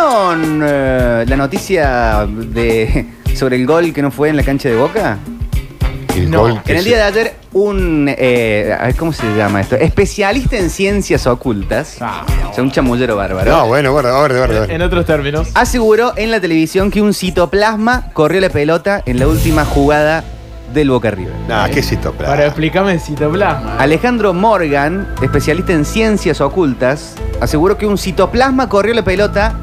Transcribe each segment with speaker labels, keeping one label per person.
Speaker 1: ¿Vieron eh, la noticia de, sobre el gol que no fue en la cancha de Boca?
Speaker 2: El
Speaker 3: No,
Speaker 2: gol que
Speaker 1: En el
Speaker 2: se-
Speaker 1: día de ayer, un. eh, a ver, ¿Cómo se llama esto? Especialista en ciencias ocultas.
Speaker 3: Ah,
Speaker 1: o sea, un chamullero bárbaro.
Speaker 2: No, bueno, bueno, bueno, bueno,
Speaker 3: En
Speaker 2: bueno.
Speaker 3: otros términos.
Speaker 1: Aseguró en la televisión que un citoplasma corrió la pelota en la última jugada del Boca River.
Speaker 2: Nah, qué cito, pla-
Speaker 3: Para explicarme el citoplasma.
Speaker 1: Alejandro Morgan, especialista en ciencias ocultas, aseguró que un citoplasma corrió la pelota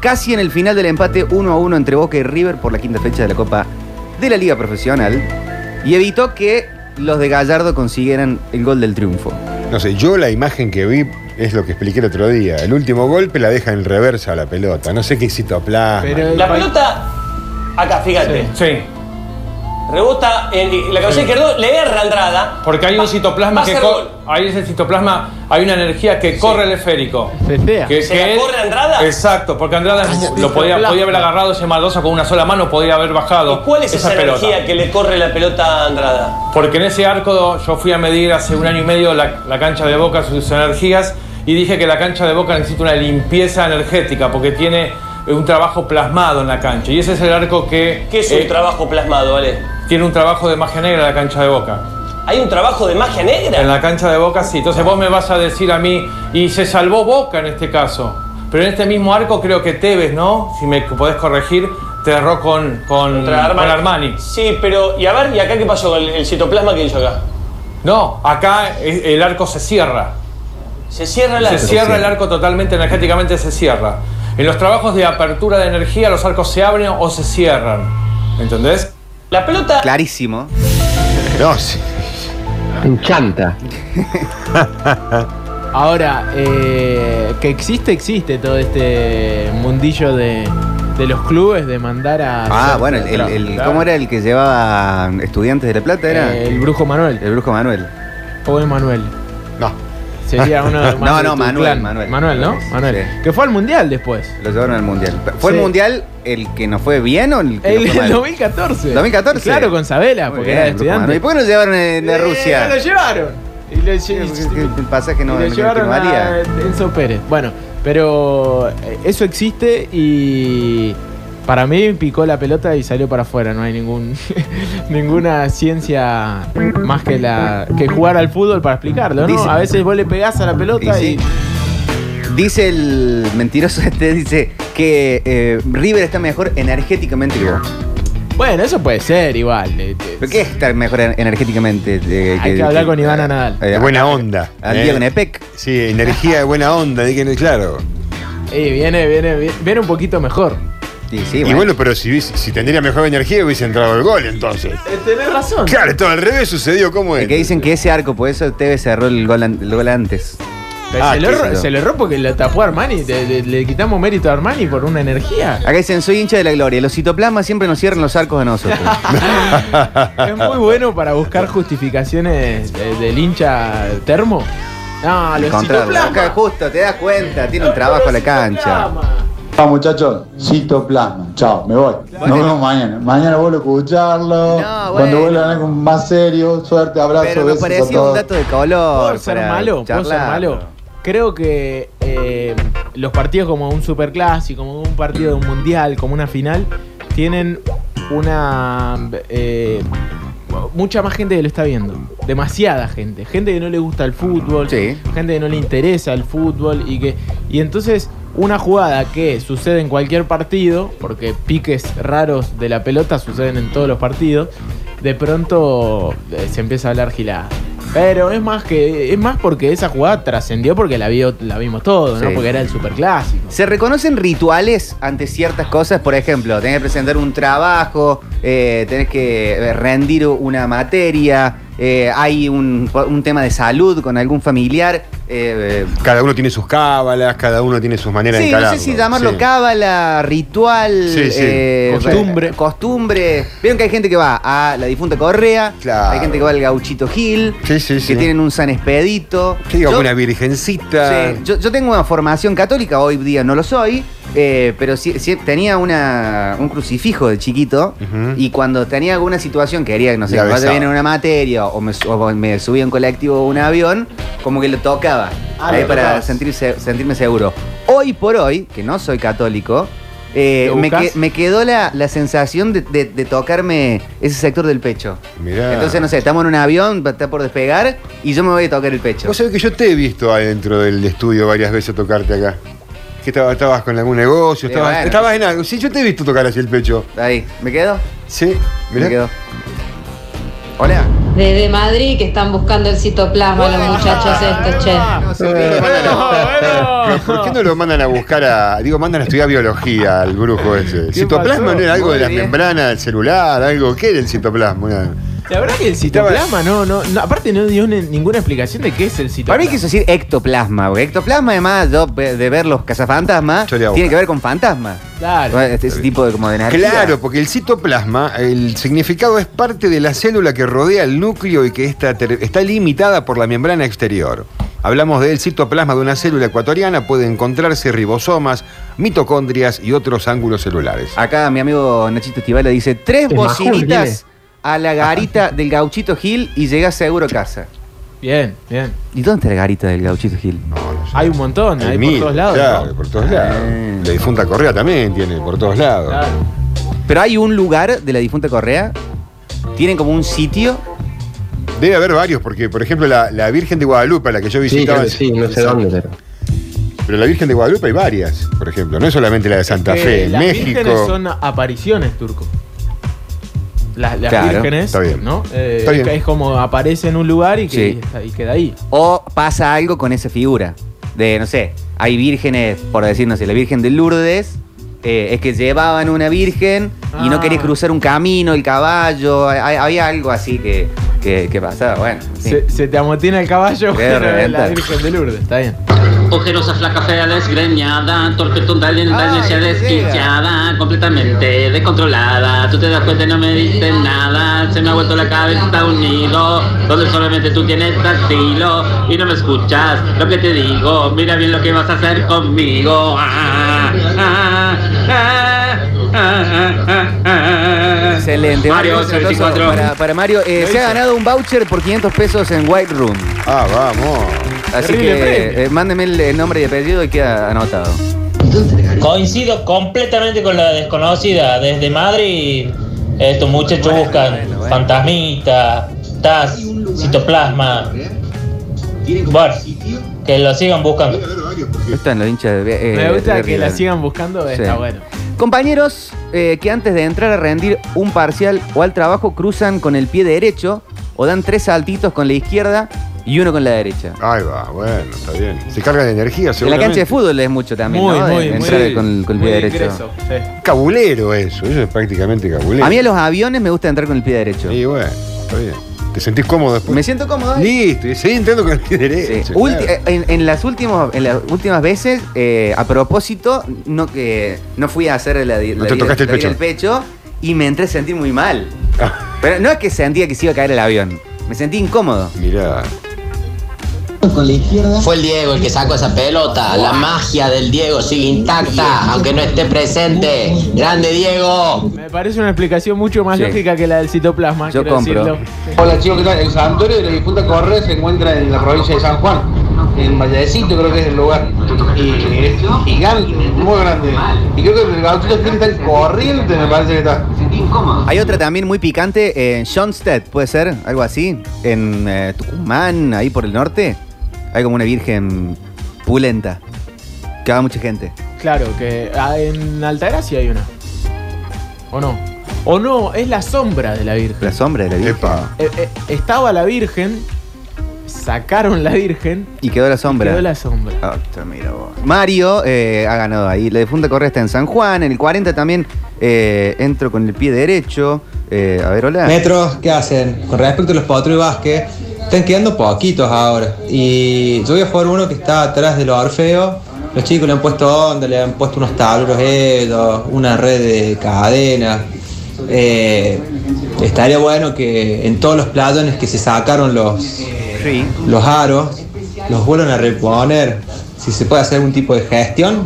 Speaker 1: casi en el final del empate 1 a 1 entre Boca y River por la quinta fecha de la Copa de la Liga Profesional y evitó que los de Gallardo consiguieran el gol del triunfo.
Speaker 2: No sé, yo la imagen que vi es lo que expliqué el otro día. El último golpe la deja en reversa a la pelota. No sé qué citoplasma.
Speaker 3: Pero eh,
Speaker 4: La pelota, acá, fíjate.
Speaker 5: Sí,
Speaker 4: Rebota en la cabeza izquierda, le erra Andrada.
Speaker 5: porque hay un
Speaker 4: Va
Speaker 5: citoplasma
Speaker 4: a
Speaker 5: que
Speaker 4: ser
Speaker 5: co-
Speaker 4: gol.
Speaker 5: ahí es el citoplasma, hay una energía que corre el esférico.
Speaker 3: Fefea.
Speaker 5: Que,
Speaker 4: ¿Se la
Speaker 5: que él-
Speaker 4: corre a Andrada?
Speaker 5: Exacto, porque Andrada lo podía,
Speaker 3: Citoplasma.
Speaker 5: podía haber agarrado ese maldoso con una sola mano, podía haber bajado.
Speaker 4: ¿Y cuál es esa,
Speaker 5: pelota?
Speaker 4: energía que le corre la pelota a Andrada?
Speaker 5: Porque en ese arco yo fui a medir hace un año y medio la, la cancha de Boca, sus energías, y dije que la cancha de Boca necesita una limpieza energética, porque tiene un trabajo plasmado en la cancha. Y ese es el arco que
Speaker 4: ¿Qué es
Speaker 5: eh,
Speaker 4: un trabajo plasmado, Ale?
Speaker 5: tiene un trabajo de magia negra la cancha de Boca.
Speaker 4: ¿Hay un trabajo de magia
Speaker 5: En
Speaker 4: negra?
Speaker 5: la cancha de Boca sí. Entonces vos me vas a decir a mí, y se salvó Boca en este caso. Pero en este mismo arco creo que Tevez, ¿no? Si me podés corregir, te erró con, con,
Speaker 4: Contra
Speaker 5: con Armani.
Speaker 4: Sí, pero. Y a ver, ¿y acá qué pasó? El, el citoplasma que hizo acá.
Speaker 5: No, acá eh, el arco se cierra.
Speaker 4: Se cierra el
Speaker 5: Se
Speaker 4: arco.
Speaker 5: cierra el arco totalmente, energéticamente se cierra. En los trabajos de apertura de energía, los arcos se abren o se cierran. ¿Entendés?
Speaker 4: La pelota.
Speaker 1: Clarísimo.
Speaker 2: No, sí.
Speaker 6: Me encanta.
Speaker 3: Ahora, eh, que existe, existe todo este mundillo de, de los clubes de mandar a.
Speaker 1: Ah, bueno, el, el- el- ¿cómo era el que llevaba estudiantes de La Plata? Era
Speaker 3: Eh, el brujo Manuel.
Speaker 1: el brujo Manuel.
Speaker 3: Pobre Manuel.
Speaker 2: No.
Speaker 3: Sería uno de
Speaker 1: No, no,
Speaker 3: tu
Speaker 1: Manuel,
Speaker 3: clan.
Speaker 1: Manuel.
Speaker 3: ¿no?
Speaker 1: Sí.
Speaker 3: Manuel. Que fue al mundial después.
Speaker 1: Lo llevaron al mundial. ¿Fue el
Speaker 3: Sí.
Speaker 1: mundial el que no fue bien o el que
Speaker 3: El,
Speaker 1: no fue mal?
Speaker 3: 2014.
Speaker 1: 2014.
Speaker 3: Claro, con Sabela,
Speaker 1: Muy
Speaker 3: porque
Speaker 1: bien,
Speaker 3: era
Speaker 1: el Brujo Manuel.
Speaker 3: estudiante.
Speaker 1: ¿Y por qué no lo llevaron eh, de
Speaker 3: Eh,
Speaker 1: Rusia?
Speaker 3: lo llevaron. Y lo, lle-
Speaker 1: El pasaje no,
Speaker 3: y lo
Speaker 1: no- que no
Speaker 3: llevaron
Speaker 1: valía.
Speaker 3: a Enzo Pérez. Bueno, pero eh, eso existe y para mí picó la pelota y salió para afuera. No hay ningún ninguna ciencia más que la que jugar al fútbol para explicarlo, ¿no?
Speaker 1: Dice-
Speaker 3: a veces vos le pegás a la pelota
Speaker 1: Y sí.
Speaker 3: y,
Speaker 1: Dice el mentiroso este, dice que eh, River está mejor energéticamente que vos.
Speaker 3: bueno, eso puede ser igual. eh, te-
Speaker 1: ¿Pero qué es estar mejor en- energéticamente? eh,
Speaker 3: Hay que hablar con Ivana Nadal.
Speaker 1: eh,
Speaker 2: De buena onda.
Speaker 1: Al
Speaker 2: eh.
Speaker 1: día con EPEC.
Speaker 2: Sí, energía de buena onda, di que- claro.
Speaker 3: eh, viene, viene, viene, viene un poquito mejor.
Speaker 1: Sí, sí,
Speaker 2: Y bueno, pero si, hubiese- si tendría mejor energía hubiese entrado el gol entonces.
Speaker 3: Eh, tenés razón.
Speaker 2: Claro, todo al revés sucedió como
Speaker 1: Es que
Speaker 2: es.
Speaker 1: dicen que ese arco, por eso Tevez cerró el gol, an- el gol antes.
Speaker 3: Pero
Speaker 2: Ah,
Speaker 3: se, lo,
Speaker 2: qué
Speaker 3: erró-
Speaker 1: sé yo.
Speaker 3: se lo erró porque lo tapó Armani. Le, le- le quitamos mérito a Armani por una energía.
Speaker 1: Acá dicen, soy hincha de la gloria. Los citoplasmas siempre nos cierran los arcos a nosotros.
Speaker 3: Es muy bueno para buscar justificaciones eh, del hincha termo. No, lo
Speaker 1: Encontrarlo. Acá justo, te das cuenta, tiene un trabajo a la cancha.
Speaker 7: Ah, muchachos, citoplasma. Chao, me voy. Nos vemos mañana. Mañana vuelvo a escucharlo. Cuando
Speaker 1: No, bueno.
Speaker 7: vuelvan algo más serio, suerte, abrazo,
Speaker 1: Pero me
Speaker 7: besos a
Speaker 1: parecía
Speaker 7: todos.
Speaker 1: un dato de color.
Speaker 3: Puedo ser
Speaker 1: para
Speaker 3: malo, puedo ser
Speaker 1: charlar.
Speaker 3: malo. Creo que eh, los partidos como un superclásico, como un partido de un mundial, como una final, tienen una. eh, mucha más gente que lo está viendo. Demasiada gente. Gente que no le gusta el fútbol,
Speaker 1: Sí.
Speaker 3: gente que no le interesa el fútbol y que. Y entonces. Una jugada que sucede en cualquier partido, porque piques raros de la pelota suceden en todos los partidos, de pronto eh, se empieza a hablar gilada. Pero es más que es más porque esa jugada trascendió porque la vio la vimos todos, ¿no?
Speaker 1: Sí.
Speaker 3: Porque era el superclásico.
Speaker 1: ¿Se reconocen rituales ante ciertas cosas? Por ejemplo, tenés que presentar un trabajo, eh, tenés que eh, rendir una materia, eh, hay un, un tema de salud con algún familiar. eh, eh,
Speaker 2: Cada uno tiene sus cábalas, cada uno tiene sus maneras de
Speaker 1: sí, no sé
Speaker 2: encararlo.
Speaker 1: si llamarlo
Speaker 2: Sí.
Speaker 1: cábala, ritual,
Speaker 2: Sí, sí.
Speaker 1: eh,
Speaker 3: Costumbre.
Speaker 1: eh, costumbre. Vieron que hay gente que va a la difunta Correa,
Speaker 2: Claro.
Speaker 1: hay gente que va al Gauchito Gil,
Speaker 2: Sí, sí,
Speaker 1: que
Speaker 2: sí.
Speaker 1: tienen un San Expedito.
Speaker 2: Que diga
Speaker 1: Yo-
Speaker 2: una virgencita.
Speaker 1: Sí, yo, yo tengo una formación católica, hoy día no lo soy, eh, pero sí, sí tenía una, un crucifijo de chiquito
Speaker 2: Ujú.
Speaker 1: y cuando tenía alguna situación que quería, no sé,
Speaker 2: La
Speaker 1: que vaya
Speaker 2: besaba.
Speaker 1: bien en una materia o me, su- o me subía en colectivo o un avión, como que lo tocaba
Speaker 3: Ah,
Speaker 1: ahí
Speaker 3: lo
Speaker 1: para
Speaker 3: tocabas.
Speaker 1: sentirse, sentirme seguro. hoy por hoy, que no soy católico, eh,
Speaker 3: ¿Lo
Speaker 1: me,
Speaker 3: buscas?
Speaker 1: que- me quedó la, la sensación de, de- de tocarme ese sector del pecho.
Speaker 2: Mirá.
Speaker 1: Entonces, no sé, estamos en un avión, está por despegar y yo me voy a tocar el pecho.
Speaker 2: Vos sabés que yo te he visto adentro del estudio varias veces tocarte acá. Que estaba- estabas con algún negocio,
Speaker 1: Eh,
Speaker 2: estabas,
Speaker 1: bueno.
Speaker 2: estabas en algo. Sí, yo te he visto tocar así el pecho.
Speaker 1: Ahí, ¿me quedo?
Speaker 2: Sí, mirá.
Speaker 1: Me quedo. Hola.
Speaker 8: Desde Madrid que están buscando el citoplasma los muchachos estos, che.
Speaker 1: No, se ríe,
Speaker 2: Eh,
Speaker 1: hermano.
Speaker 2: Pero, ¿Por qué no lo mandan a buscar a. Digo, mandan a estudiar biología al brujo ese? ¿Citoplasma
Speaker 3: pasó?
Speaker 2: no era algo
Speaker 1: Muy
Speaker 2: de las
Speaker 1: bien.
Speaker 2: membranas del celular? ¿Algo? ¿Qué era el citoplasma? Una-
Speaker 3: La verdad que el citoplasma no, no, no, aparte no dio ni- ninguna explicación de qué es el citoplasma.
Speaker 1: Para mí quiso decir ectoplasma, porque ectoplasma además yo, ve- de ver los cazafantasmas
Speaker 2: Yo le hago
Speaker 1: tiene
Speaker 2: caso.
Speaker 1: que ver con fantasmas.
Speaker 3: Claro.
Speaker 1: Bueno, este- Ese tipo de como de energía.
Speaker 2: Claro, porque el citoplasma, el significado es parte de la célula que rodea el núcleo y que está, ter- está limitada por la membrana exterior. Hablamos del citoplasma de una célula ecuatoriana, puede encontrarse ribosomas, mitocondrias y otros ángulos celulares.
Speaker 1: Acá mi amigo Nachito Estivale dice, tres
Speaker 6: Es más cool,
Speaker 1: bocinitas a la garita del gauchito Gil y llegás seguro a casa.
Speaker 3: Bien, bien.
Speaker 1: ¿Y dónde está la garita del gauchito Gil?
Speaker 3: Hay un montón, hay por
Speaker 2: mil,
Speaker 3: todos lados.
Speaker 2: Claro,
Speaker 3: ¿no?
Speaker 2: por todos lados.
Speaker 1: Ah.
Speaker 2: La difunta Correa también tiene, por todos lados.
Speaker 3: Claro.
Speaker 1: Pero hay un lugar de la difunta Correa, tienen como un sitio.
Speaker 2: Debe haber varios, porque, por ejemplo, la, la Virgen de Guadalupe, a la que yo
Speaker 6: Sí, creo
Speaker 2: visitaba.
Speaker 6: que sí, no sé dónde, pero.
Speaker 2: Pero la Virgen de Guadalupe hay varias, por ejemplo. No es solamente la de Santa
Speaker 3: Que
Speaker 2: Fe, en
Speaker 3: las vírgenes
Speaker 2: México.
Speaker 3: son apariciones, turco. Las, las
Speaker 1: Claro,
Speaker 3: vírgenes,
Speaker 2: está bien.
Speaker 3: ¿no? Eh,
Speaker 2: Está bien.
Speaker 3: Es como aparece en un lugar y, que,
Speaker 1: Sí.
Speaker 3: y está- y queda ahí.
Speaker 1: O pasa algo con esa figura. De, no sé, hay vírgenes, por decir, no sé, la Virgen de Lourdes. eh, es que llevaban una virgen y no
Speaker 3: Ah.
Speaker 1: quería cruzar un camino, el caballo. hay- había algo así que, que, que pasaba. Bueno, en fin.
Speaker 3: Se, se te amotina el caballo,
Speaker 1: Qué
Speaker 3: pero es la
Speaker 1: reventa.
Speaker 3: Virgen de Lourdes, está bien.
Speaker 9: Ojerosa, flaca, fea, desgreñada, torpe, tonta, lenta,
Speaker 1: Ay,
Speaker 9: necia,
Speaker 1: no
Speaker 9: desquiciada, completamente descontrolada. Tú te das cuenta y no me diste nada, se me ha vuelto la cabeza un nido, donde solamente tú tienes asilo y no me escuchas lo que te digo. Mira bien lo que vas a hacer conmigo. Ah, ah, ah, ah, ah, ah.
Speaker 1: Excelente.
Speaker 9: Mario,
Speaker 1: Mario, un aplauso
Speaker 9: 74.
Speaker 1: Para, para Mario, Eh, se ha ganado un voucher por 500 pesos en White Room.
Speaker 2: Ah, vamos.
Speaker 1: Así
Speaker 3: Terrible
Speaker 1: que
Speaker 3: premio.
Speaker 1: eh, mándeme el, el nombre y apellido y queda anotado.
Speaker 4: Coincido completamente con la desconocida. Desde Madrid, estos muchachos
Speaker 1: Bueno,
Speaker 4: buscan
Speaker 1: bueno, bueno.
Speaker 4: fantasmita, TAS, citoplasma. Bueno, que lo sigan buscando.
Speaker 1: Están los hinchas de. eh,
Speaker 3: Me gusta
Speaker 1: de
Speaker 3: que la
Speaker 1: River.
Speaker 3: sigan buscando,
Speaker 1: Sí.
Speaker 3: está bueno.
Speaker 1: Compañeros eh, que antes de entrar a rendir un parcial o al trabajo cruzan con el pie derecho o dan tres saltitos con la izquierda y uno con la derecha.
Speaker 2: Ahí va, bueno, está bien. Se carga de energía,
Speaker 1: En la
Speaker 2: seguramente.
Speaker 1: cancha de fútbol es mucho también,
Speaker 3: muy,
Speaker 1: ¿no? De-
Speaker 3: muy,
Speaker 1: de
Speaker 3: muy.
Speaker 1: entrar con, el- con el pie
Speaker 3: muy
Speaker 1: derecho.
Speaker 3: ingreso, sí.
Speaker 2: Cabulero eso, eso es prácticamente cabulero.
Speaker 1: A mí a los aviones me gusta entrar con el pie derecho.
Speaker 2: Y bueno, está bien. ¿Te sentís cómodo después?
Speaker 1: Me siento cómodo. ¿eh?
Speaker 2: Listo, y seguí entrando con el
Speaker 1: Sí.
Speaker 2: pie derecho.
Speaker 1: Ulti-
Speaker 2: claro.
Speaker 1: eh, en, en las últimas, en las últimas veces, eh, a propósito, no, que no fui a hacer la, di-
Speaker 2: No
Speaker 1: la
Speaker 2: te
Speaker 1: di-
Speaker 2: tocaste el
Speaker 1: la di-
Speaker 2: pecho. Ah.
Speaker 1: pecho y me entré a sentir muy mal. Pero no es que sentía que se iba a caer el avión. Me sentí incómodo.
Speaker 2: Mirá.
Speaker 10: Fue el Diego el que sacó esa pelota. La magia del Diego sigue intacta, aunque no esté presente. Grande Diego.
Speaker 3: Me parece una explicación mucho más
Speaker 1: Sí.
Speaker 3: lógica que la del citoplasma.
Speaker 1: Yo
Speaker 3: quiero
Speaker 1: compro.
Speaker 3: decirlo.
Speaker 10: Hola chicos, ¿qué tal? El santuario de la difunta Correa se encuentra en la provincia de San Juan, en Valladecito creo que es el lugar. Y es gigante, muy grande. Y creo que el gauchito Gil está en corriente, me parece que está.
Speaker 1: Hay otra también muy picante eh, en Schoenstedt, puede ser, algo así, en eh, Tucumán, ahí por el norte. Hay como una virgen pulenta, que va mucha gente.
Speaker 3: Claro, que ah, en Altagracia hay una. ¿O no? O no, es la sombra de la Virgen.
Speaker 1: La sombra de la virgen.
Speaker 2: Epa.
Speaker 3: Eh, eh, estaba la Virgen, sacaron la Virgen,
Speaker 1: Y quedó la sombra.
Speaker 3: quedó la sombra.
Speaker 1: Ah, te miro vos. Mario eh, ha ganado ahí. La difunta Correa está en San Juan. En el 40 también eh, entro con el pie derecho. Eh, a ver, hola.
Speaker 10: Metros, ¿qué hacen? Con respecto a los Potro y Vázquez, están quedando poquitos ahora. Y yo voy a jugar uno que está atrás del Orfeo. Los chicos le han puesto onda, le han puesto unos tableros ellos, una red de cadenas. Eh, estaría bueno que en todos los platones que se sacaron los,
Speaker 1: Sí.
Speaker 10: los aros, los vuelvan a reponer. Si se puede hacer algún tipo de gestión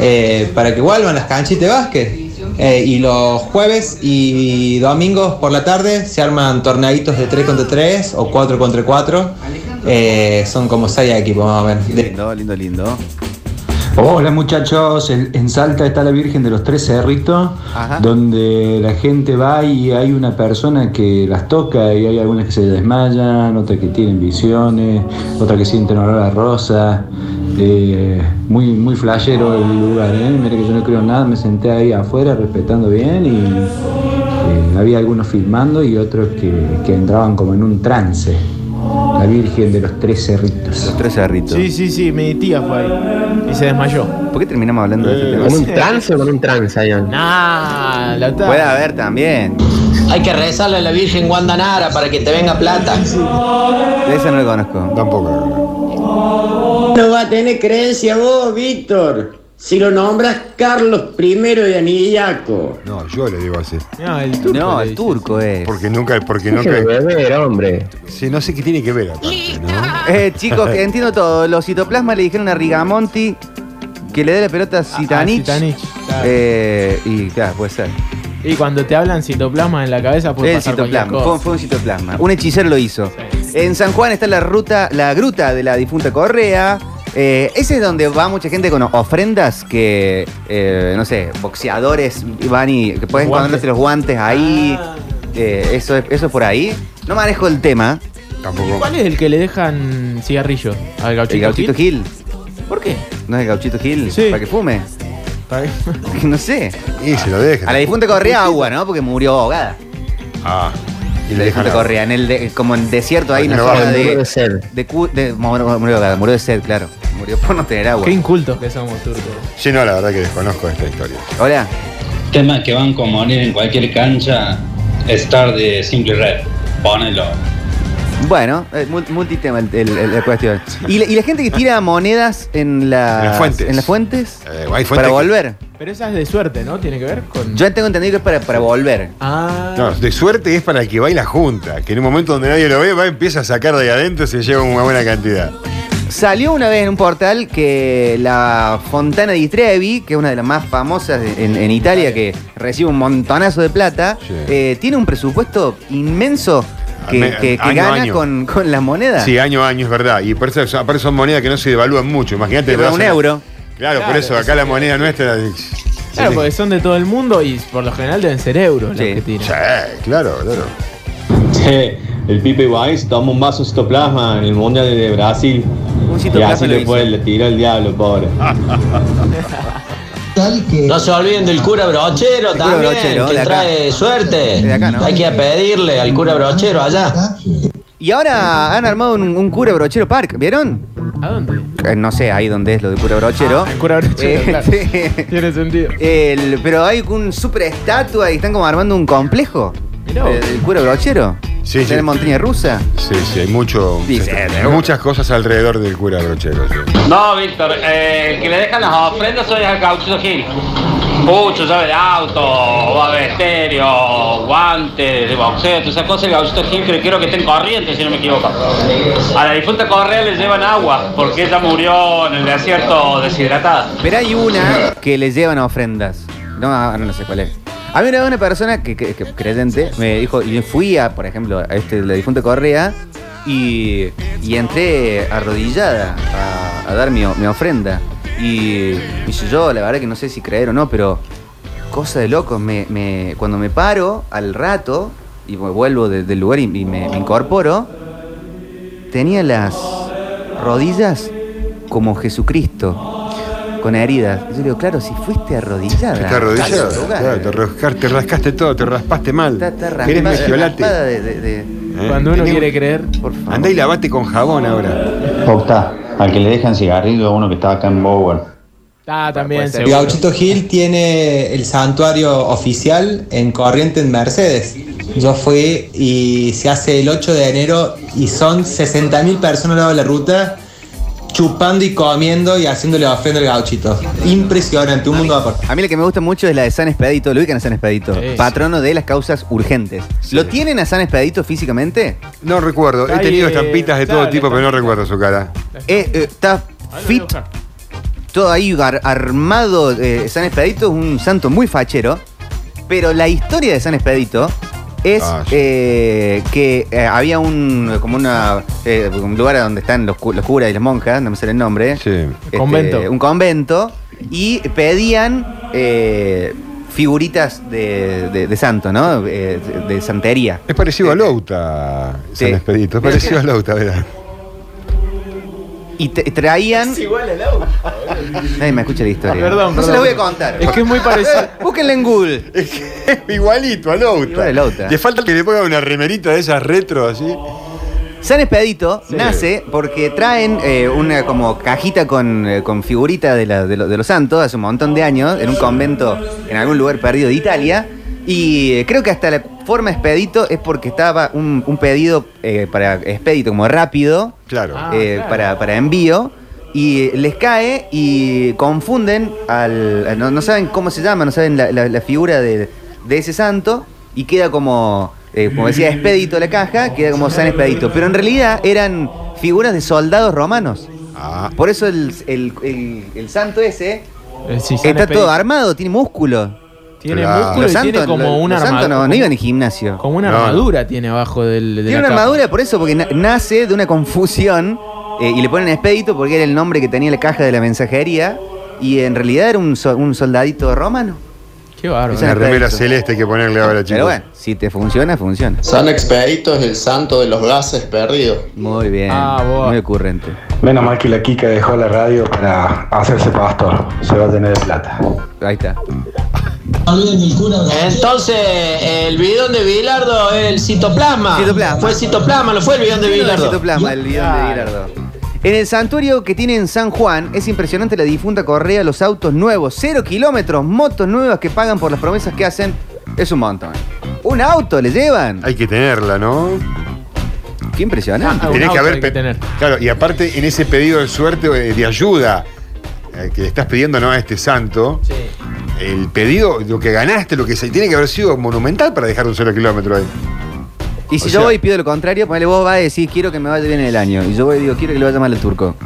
Speaker 10: eh, para que vuelvan las canchitas de básquet. Eh, y los jueves y domingos por la tarde se arman torneitos de 3 contra 3 o 4 contra 4. Eh, son como 6 equipos más o menos. De-
Speaker 1: Lindo, lindo, lindo.
Speaker 11: Hola muchachos, en en Salta está la Virgen de los Tres Cerritos,
Speaker 1: Ajá.
Speaker 11: donde la gente va y hay una persona que las toca y hay algunas que se desmayan, otras que tienen visiones, otras que sienten olor a rosa. Eh, muy, muy flashero el lugar, ¿eh? Mira que yo no creo en nada, me senté ahí afuera respetando bien y eh, había algunos filmando y otros que, que entraban como en un trance. La Virgen de los Tres Cerritos.
Speaker 1: Los tres cerritos.
Speaker 3: Sí, sí, sí, mi tía fue ahí. Y se desmayó.
Speaker 1: ¿Por qué terminamos hablando de este tema?
Speaker 6: ¿Con un trance o con un trance, Ian?
Speaker 3: Nah, la
Speaker 1: Puede haber también.
Speaker 12: Hay que rezarle a la Virgen Guandanara para que te venga plata.
Speaker 1: De esa no la conozco.
Speaker 2: Tampoco.
Speaker 13: No va a tener creencia vos, Víctor. Si lo nombras Carlos I de Anillaco.
Speaker 2: No, yo le digo así.
Speaker 3: No, el turco.
Speaker 1: No, el turco es.
Speaker 2: Porque nunca, porque
Speaker 6: No
Speaker 2: nunca.
Speaker 6: beber, hombre.
Speaker 2: Sí, no sé qué tiene que ver aparte, ¿no?
Speaker 1: Eh, chicos, que entiendo todo. Los citoplasmas le dijeron a Rigamonti que le dé la pelota a Zitanich.
Speaker 3: Ah, Zitanich, claro.
Speaker 1: Eh, y claro, puede ser.
Speaker 3: Y cuando te hablan citoplasma en la cabeza, puede
Speaker 1: El
Speaker 3: pasar
Speaker 1: citoplasma.
Speaker 3: cualquier
Speaker 1: Fue,
Speaker 3: cosa.
Speaker 1: fue un citoplasma. Un hechicero lo hizo. En San Juan está la ruta, la gruta de la difunta Correa. Eh, ese es donde va mucha gente con ofrendas que, eh, no sé, boxeadores van y que pueden
Speaker 3: Guantes. Ah.
Speaker 1: ponerse los guantes ahí. Eh, eso, es- eso es por ahí. No manejo el tema.
Speaker 2: Tampoco.
Speaker 3: ¿Cuál es el que le dejan cigarrillo al gauchito?
Speaker 1: El gauchito
Speaker 3: Gil?
Speaker 1: Gil.
Speaker 3: ¿Por qué?
Speaker 1: ¿No es el gauchito Gil?
Speaker 3: Sí.
Speaker 1: Para que fume. no sé.
Speaker 2: Y se lo dejan.
Speaker 1: A la difunta Correa agua, ¿no? Porque murió ahogada.
Speaker 2: Ah. Y
Speaker 1: La
Speaker 2: le dejan
Speaker 1: difunta Correa,
Speaker 2: correr.
Speaker 1: en el de- como en el desierto ahí,
Speaker 2: Porque
Speaker 1: una
Speaker 2: no va a
Speaker 1: zona
Speaker 6: morir
Speaker 1: de,
Speaker 6: de sed.
Speaker 1: de cu- de- murió, murió ahogada, murió de sed, claro. Murió por no tener agua.
Speaker 3: Qué incultos que somos turcos.
Speaker 2: Sí, no, la verdad que desconozco esta historia.
Speaker 1: Hola.
Speaker 14: Temas que van como morir en cualquier cancha, estar de simple red. Ponelo.
Speaker 1: Bueno, eh, mul- multitema el- el- el- la cuestión. ¿Y la, y la gente que tira monedas en las,
Speaker 2: En las fuentes.
Speaker 1: en las fuentes?
Speaker 2: Eh, hay fuentes
Speaker 1: para
Speaker 2: que- Mm.
Speaker 1: volver.
Speaker 3: Pero esa es de suerte, ¿no? Tiene que ver con.
Speaker 1: Yo tengo entendido que es para, para volver.
Speaker 3: Ah.
Speaker 2: No, de suerte es para el que baila junta, que en un momento donde nadie lo ve, va empieza a sacar de ahí adentro y se lleva una buena cantidad.
Speaker 1: Salió una vez en un portal que la Fontana di Trevi, que es una de las más famosas de- en, en Italia, que recibe un montonazo de plata,
Speaker 2: Sí.
Speaker 1: eh, tiene un presupuesto inmenso que,
Speaker 2: Me-
Speaker 1: que- que
Speaker 2: año a
Speaker 1: gana
Speaker 2: año.
Speaker 1: Con, con las monedas.
Speaker 2: Sí, año a año, es verdad. Y por eso, aparte son monedas que no se devalúan mucho. Imagínate.
Speaker 1: Que
Speaker 2: te
Speaker 1: para
Speaker 2: vas
Speaker 1: un
Speaker 2: a-
Speaker 1: euro.
Speaker 2: Claro, por
Speaker 3: Claro,
Speaker 2: eso acá la moneda nuestra.
Speaker 3: Claro,
Speaker 2: Sí.
Speaker 3: porque son de todo el mundo y por lo general deben ser euros
Speaker 1: Sí.
Speaker 3: los que
Speaker 2: Sí,
Speaker 3: tiran.
Speaker 2: claro, claro.
Speaker 15: Che, el Pipe Weiss toma un vaso de citoplasma en el Mundial de Brasil.
Speaker 1: Un
Speaker 15: Y
Speaker 1: citoplasma
Speaker 15: así
Speaker 1: lo
Speaker 15: le
Speaker 1: hizo.
Speaker 15: fue, le tiró el diablo, pobre.
Speaker 12: No se olviden del cura brochero
Speaker 1: El cura
Speaker 12: también,
Speaker 1: brochero, de
Speaker 12: que
Speaker 1: acá.
Speaker 12: trae suerte.
Speaker 1: De acá, ¿no?
Speaker 12: Hay que pedirle al cura brochero allá.
Speaker 1: Y ahora han armado un, un cura brochero park, ¿vieron?
Speaker 3: ¿A dónde?
Speaker 1: Eh, no sé ahí dónde es lo de cura brochero.
Speaker 3: Ah, el cura brochero,
Speaker 1: Eh,
Speaker 3: claro.
Speaker 1: sí.
Speaker 3: Tiene sentido.
Speaker 1: El- pero hay un super estatua y están como armando un complejo.
Speaker 3: Mirá vos.
Speaker 1: Eh, del cura brochero.
Speaker 2: Sí,
Speaker 1: Está
Speaker 2: sí.
Speaker 1: en montaña rusa.
Speaker 2: Sí, sí, hay mucho.
Speaker 1: Sí, Ah, sí,
Speaker 2: hay
Speaker 1: tenemos.
Speaker 2: muchas cosas alrededor del cura brochero. sí.
Speaker 9: No, Víctor, eh, el que le dejan las ofrendas soy al Gauchito Gil. Mucho, sabe de auto, va de estéreo, guantes, de boxeo, todas esas cosas. El Gauchito Gil creo, creo que está en corriente, si no me equivoco. A la difunta Correa le llevan agua, porque ella murió en el desierto deshidratada.
Speaker 1: Pero hay una que le llevan ofrendas. No, ah, no sé cuál es. A mí una vez una persona que, que- que creyente me dijo, y fui a, por ejemplo, a este, la difunta Correa y, y entré arrodillada a, a dar mi, o- mi ofrenda. Y, y yo- yo, la verdad que no sé si creer o no, pero cosa de locos, me, me- cuando me paro al rato y vu- vuelvo de- del lugar y, y me, me incorporo, tenía las rodillas como Jesucristo, con heridas. Y yo digo, claro, si fuiste arrodillada.
Speaker 2: Está arrodillado.
Speaker 1: al lugar,
Speaker 2: Claro, te, rascar- te rascaste todo, te raspaste mal.
Speaker 1: está- está
Speaker 2: Eres
Speaker 1: raspada- raspada
Speaker 2: mejiolate.
Speaker 1: de- de- de-
Speaker 2: Eh,
Speaker 3: Cuando uno
Speaker 2: tenés-
Speaker 3: quiere creer.
Speaker 1: por favor.
Speaker 2: Andá y lavate con jabón ahora.
Speaker 16: Octa, al que le dejan cigarrillo a uno que está acá en Bower.
Speaker 3: Ah, también
Speaker 10: El
Speaker 3: seguro.
Speaker 10: Gauchito Gil tiene Eh, el santuario oficial en Corriente en Mercedes. Yo fui y se hace el 8 de enero y son 60.000 personas al lado de la ruta chupando y comiendo y haciéndole ofrenda al gauchito. Impresionante, un mundo aparte.
Speaker 1: A mí la que me gusta mucho es la de San Expedito, lo ubican a San Expedito,
Speaker 3: Sí.
Speaker 1: patrono de las causas urgentes. ¿Lo tienen a San Expedito físicamente?
Speaker 2: No recuerdo, he
Speaker 3: Ahí,
Speaker 2: tenido
Speaker 3: eh,
Speaker 2: estampitas de
Speaker 3: claro,
Speaker 2: todo tipo, pero no
Speaker 3: estampitas.
Speaker 2: recuerdo su cara.
Speaker 1: Eh, eh, está
Speaker 3: Ahí lo voy a
Speaker 1: fit,
Speaker 3: buscar.
Speaker 1: todo ahí ar- armado. eh, San Expedito es un santo muy fachero, pero la historia de San Expedito es eh, que eh, había un como una, eh, un lugar donde están los, cu- los curas y las monjas, no me sale el nombre. Este,
Speaker 3: Convento.
Speaker 1: Un convento. Y pedían eh, figuritas de, de, de santo, ¿no? Eh, de, de santería.
Speaker 2: Es parecido a Louta, San
Speaker 1: Eh, sí.
Speaker 2: Expedito. Es parecido a Louta, ¿verdad?
Speaker 1: Y te- traían. Nadie me escucha la historia.
Speaker 3: Perdón,
Speaker 1: No se
Speaker 3: perdón.
Speaker 1: la voy a contar.
Speaker 3: Es que es muy parecido.
Speaker 1: Búsquenla en Google.
Speaker 2: Es que es igualito a Louta.
Speaker 1: Igual a Louta.
Speaker 2: Le falta que le ponga una remerita de esas retro así.
Speaker 1: San Expedito nace porque traen eh, una como cajita con, eh, con figurita de, la- de lo- de los santos hace un montón de años en un convento en algún lugar perdido de Italia. Y eh, creo que hasta la forma Expedito es porque estaba un, un pedido eh, para Expedito como rápido
Speaker 2: Claro.
Speaker 3: Ah,
Speaker 1: eh, Para, para envío. Y les cae y confunden al. al- No, no saben cómo se llama, no saben la, la- la figura de, de ese santo. Y queda como. eh, como decía, expedito la caja, queda como San Expedito. Pero en realidad eran figuras de soldados romanos.
Speaker 2: Ah.
Speaker 1: Por eso el, el- el- el santo ese
Speaker 3: Eh, sí,
Speaker 1: Este
Speaker 3: San
Speaker 1: está
Speaker 3: Expedito.
Speaker 1: todo armado, tiene músculo.
Speaker 3: Tiene músculo
Speaker 1: Los
Speaker 3: y tiene
Speaker 1: santos-
Speaker 3: como
Speaker 1: los-
Speaker 3: una
Speaker 1: los santos
Speaker 3: armadura.
Speaker 1: no, no iban al gimnasio.
Speaker 3: Como una
Speaker 1: No, no.
Speaker 3: armadura tiene abajo del. de
Speaker 1: Tiene
Speaker 3: la
Speaker 1: una
Speaker 3: capa.
Speaker 1: armadura por eso, porque na- nace de una confusión eh, y le ponen expedito porque era el nombre que tenía la caja de la mensajería y en realidad era un, so- un soldadito romano.
Speaker 11: Ah,
Speaker 3: Qué bárbaro.
Speaker 1: Es una
Speaker 2: Una remera
Speaker 1: expedito.
Speaker 2: celeste hay que ponerle ahora, chicos.
Speaker 1: Pero bueno, si te funciona, funciona.
Speaker 12: San Expedito es el santo de los gases perdidos.
Speaker 1: Muy bien,
Speaker 12: Ah, vos.
Speaker 1: muy ocurrente.
Speaker 11: Menos mal que la Kika dejó la radio para hacerse pastor. Se va a tener plata.
Speaker 1: Ahí está.
Speaker 12: Entonces, el bidón de Bilardo es el citoplasma. Fue el citoplasma, no fue el bidón de
Speaker 1: Vino del
Speaker 12: Bilardo.
Speaker 1: citoplasma, el bidón de Bilardo. En el santuario que tiene en San Juan es impresionante la difunta correa, los autos nuevos, cero kilómetros, motos nuevas que pagan por las promesas que hacen. Es un montón. Un auto le llevan.
Speaker 2: Hay que tenerla, ¿no?
Speaker 1: Qué impresionante.
Speaker 2: Tenés que haber pe- Claro, y aparte en ese pedido de suerte eh, de ayuda eh, que le estás pidiendo no a este santo, el pedido, lo que ganaste, lo que se tiene que haber sido monumental para dejar un solo kilómetro ahí.
Speaker 1: Y si
Speaker 2: O
Speaker 1: yo
Speaker 2: sea-
Speaker 1: voy y pido lo contrario, ponele vos vas a decir quiero que me vaya bien el año. Y yo voy y digo, quiero que le vaya mal al turco.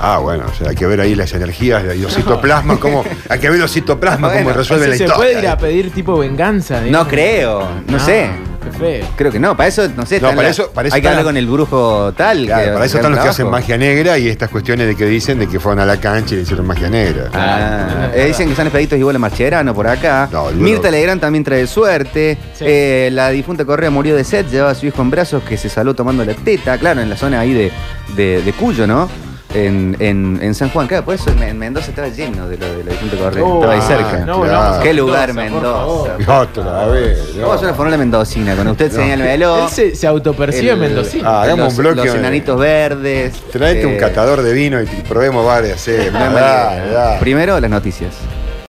Speaker 2: Ah, bueno, o sea, hay que ver ahí las energías, de los citoplasmas, cómo, hay que ver los citoplasmas,
Speaker 1: Bueno,
Speaker 2: cómo
Speaker 3: O
Speaker 2: resuelven
Speaker 3: sea,
Speaker 2: la
Speaker 3: se puede ir
Speaker 2: historia.
Speaker 3: a pedir tipo venganza.
Speaker 1: No
Speaker 3: digamos. Ah,
Speaker 1: creo, no, sé.
Speaker 3: Qué feo.
Speaker 1: Creo que no, para eso, no sé,
Speaker 2: No,
Speaker 1: está en
Speaker 2: para
Speaker 1: la-
Speaker 2: eso- para eso
Speaker 1: hay que
Speaker 2: está-
Speaker 1: hablar con el brujo tal.
Speaker 2: Claro,
Speaker 1: que-
Speaker 2: para eso están los que
Speaker 1: trabajo.
Speaker 2: hacen magia negra y estas cuestiones de que dicen de que fueron a la cancha y le hicieron magia negra.
Speaker 1: Ah, eh, dicen que San Expedito es igual a Marcherano por acá.
Speaker 2: el-
Speaker 1: Mirta Legrand también trae suerte. Eh, la difunta Correa murió de sed, llevaba a su hijo en brazos que se saló tomando la teta, claro, en la zona ahí de, de, de Cuyo, ¿no? En, en- en San Juan, claro, por eso en- en Mendoza estaba lleno de lo de la difunta Correa.
Speaker 2: Oh,
Speaker 1: estaba ahí
Speaker 2: ah,
Speaker 1: cerca.
Speaker 2: no volvamos a
Speaker 1: Qué
Speaker 2: Mendoza,
Speaker 1: lugar
Speaker 2: por
Speaker 1: Mendoza.
Speaker 2: Otra vez. no.
Speaker 1: ¿Cómo suena la mendocina? Cuando usted señálmelo.
Speaker 3: Él se, se autopercibe
Speaker 1: el-
Speaker 3: mendocino.
Speaker 2: Ah, hagamos
Speaker 1: los-
Speaker 2: un bloque.
Speaker 1: Los enanitos verdes.
Speaker 2: Traete
Speaker 1: eh,
Speaker 2: un catador de vino y probemos varias. eh,
Speaker 1: no hay
Speaker 2: dale,
Speaker 1: manera.
Speaker 2: dale.
Speaker 1: Primero, las noticias.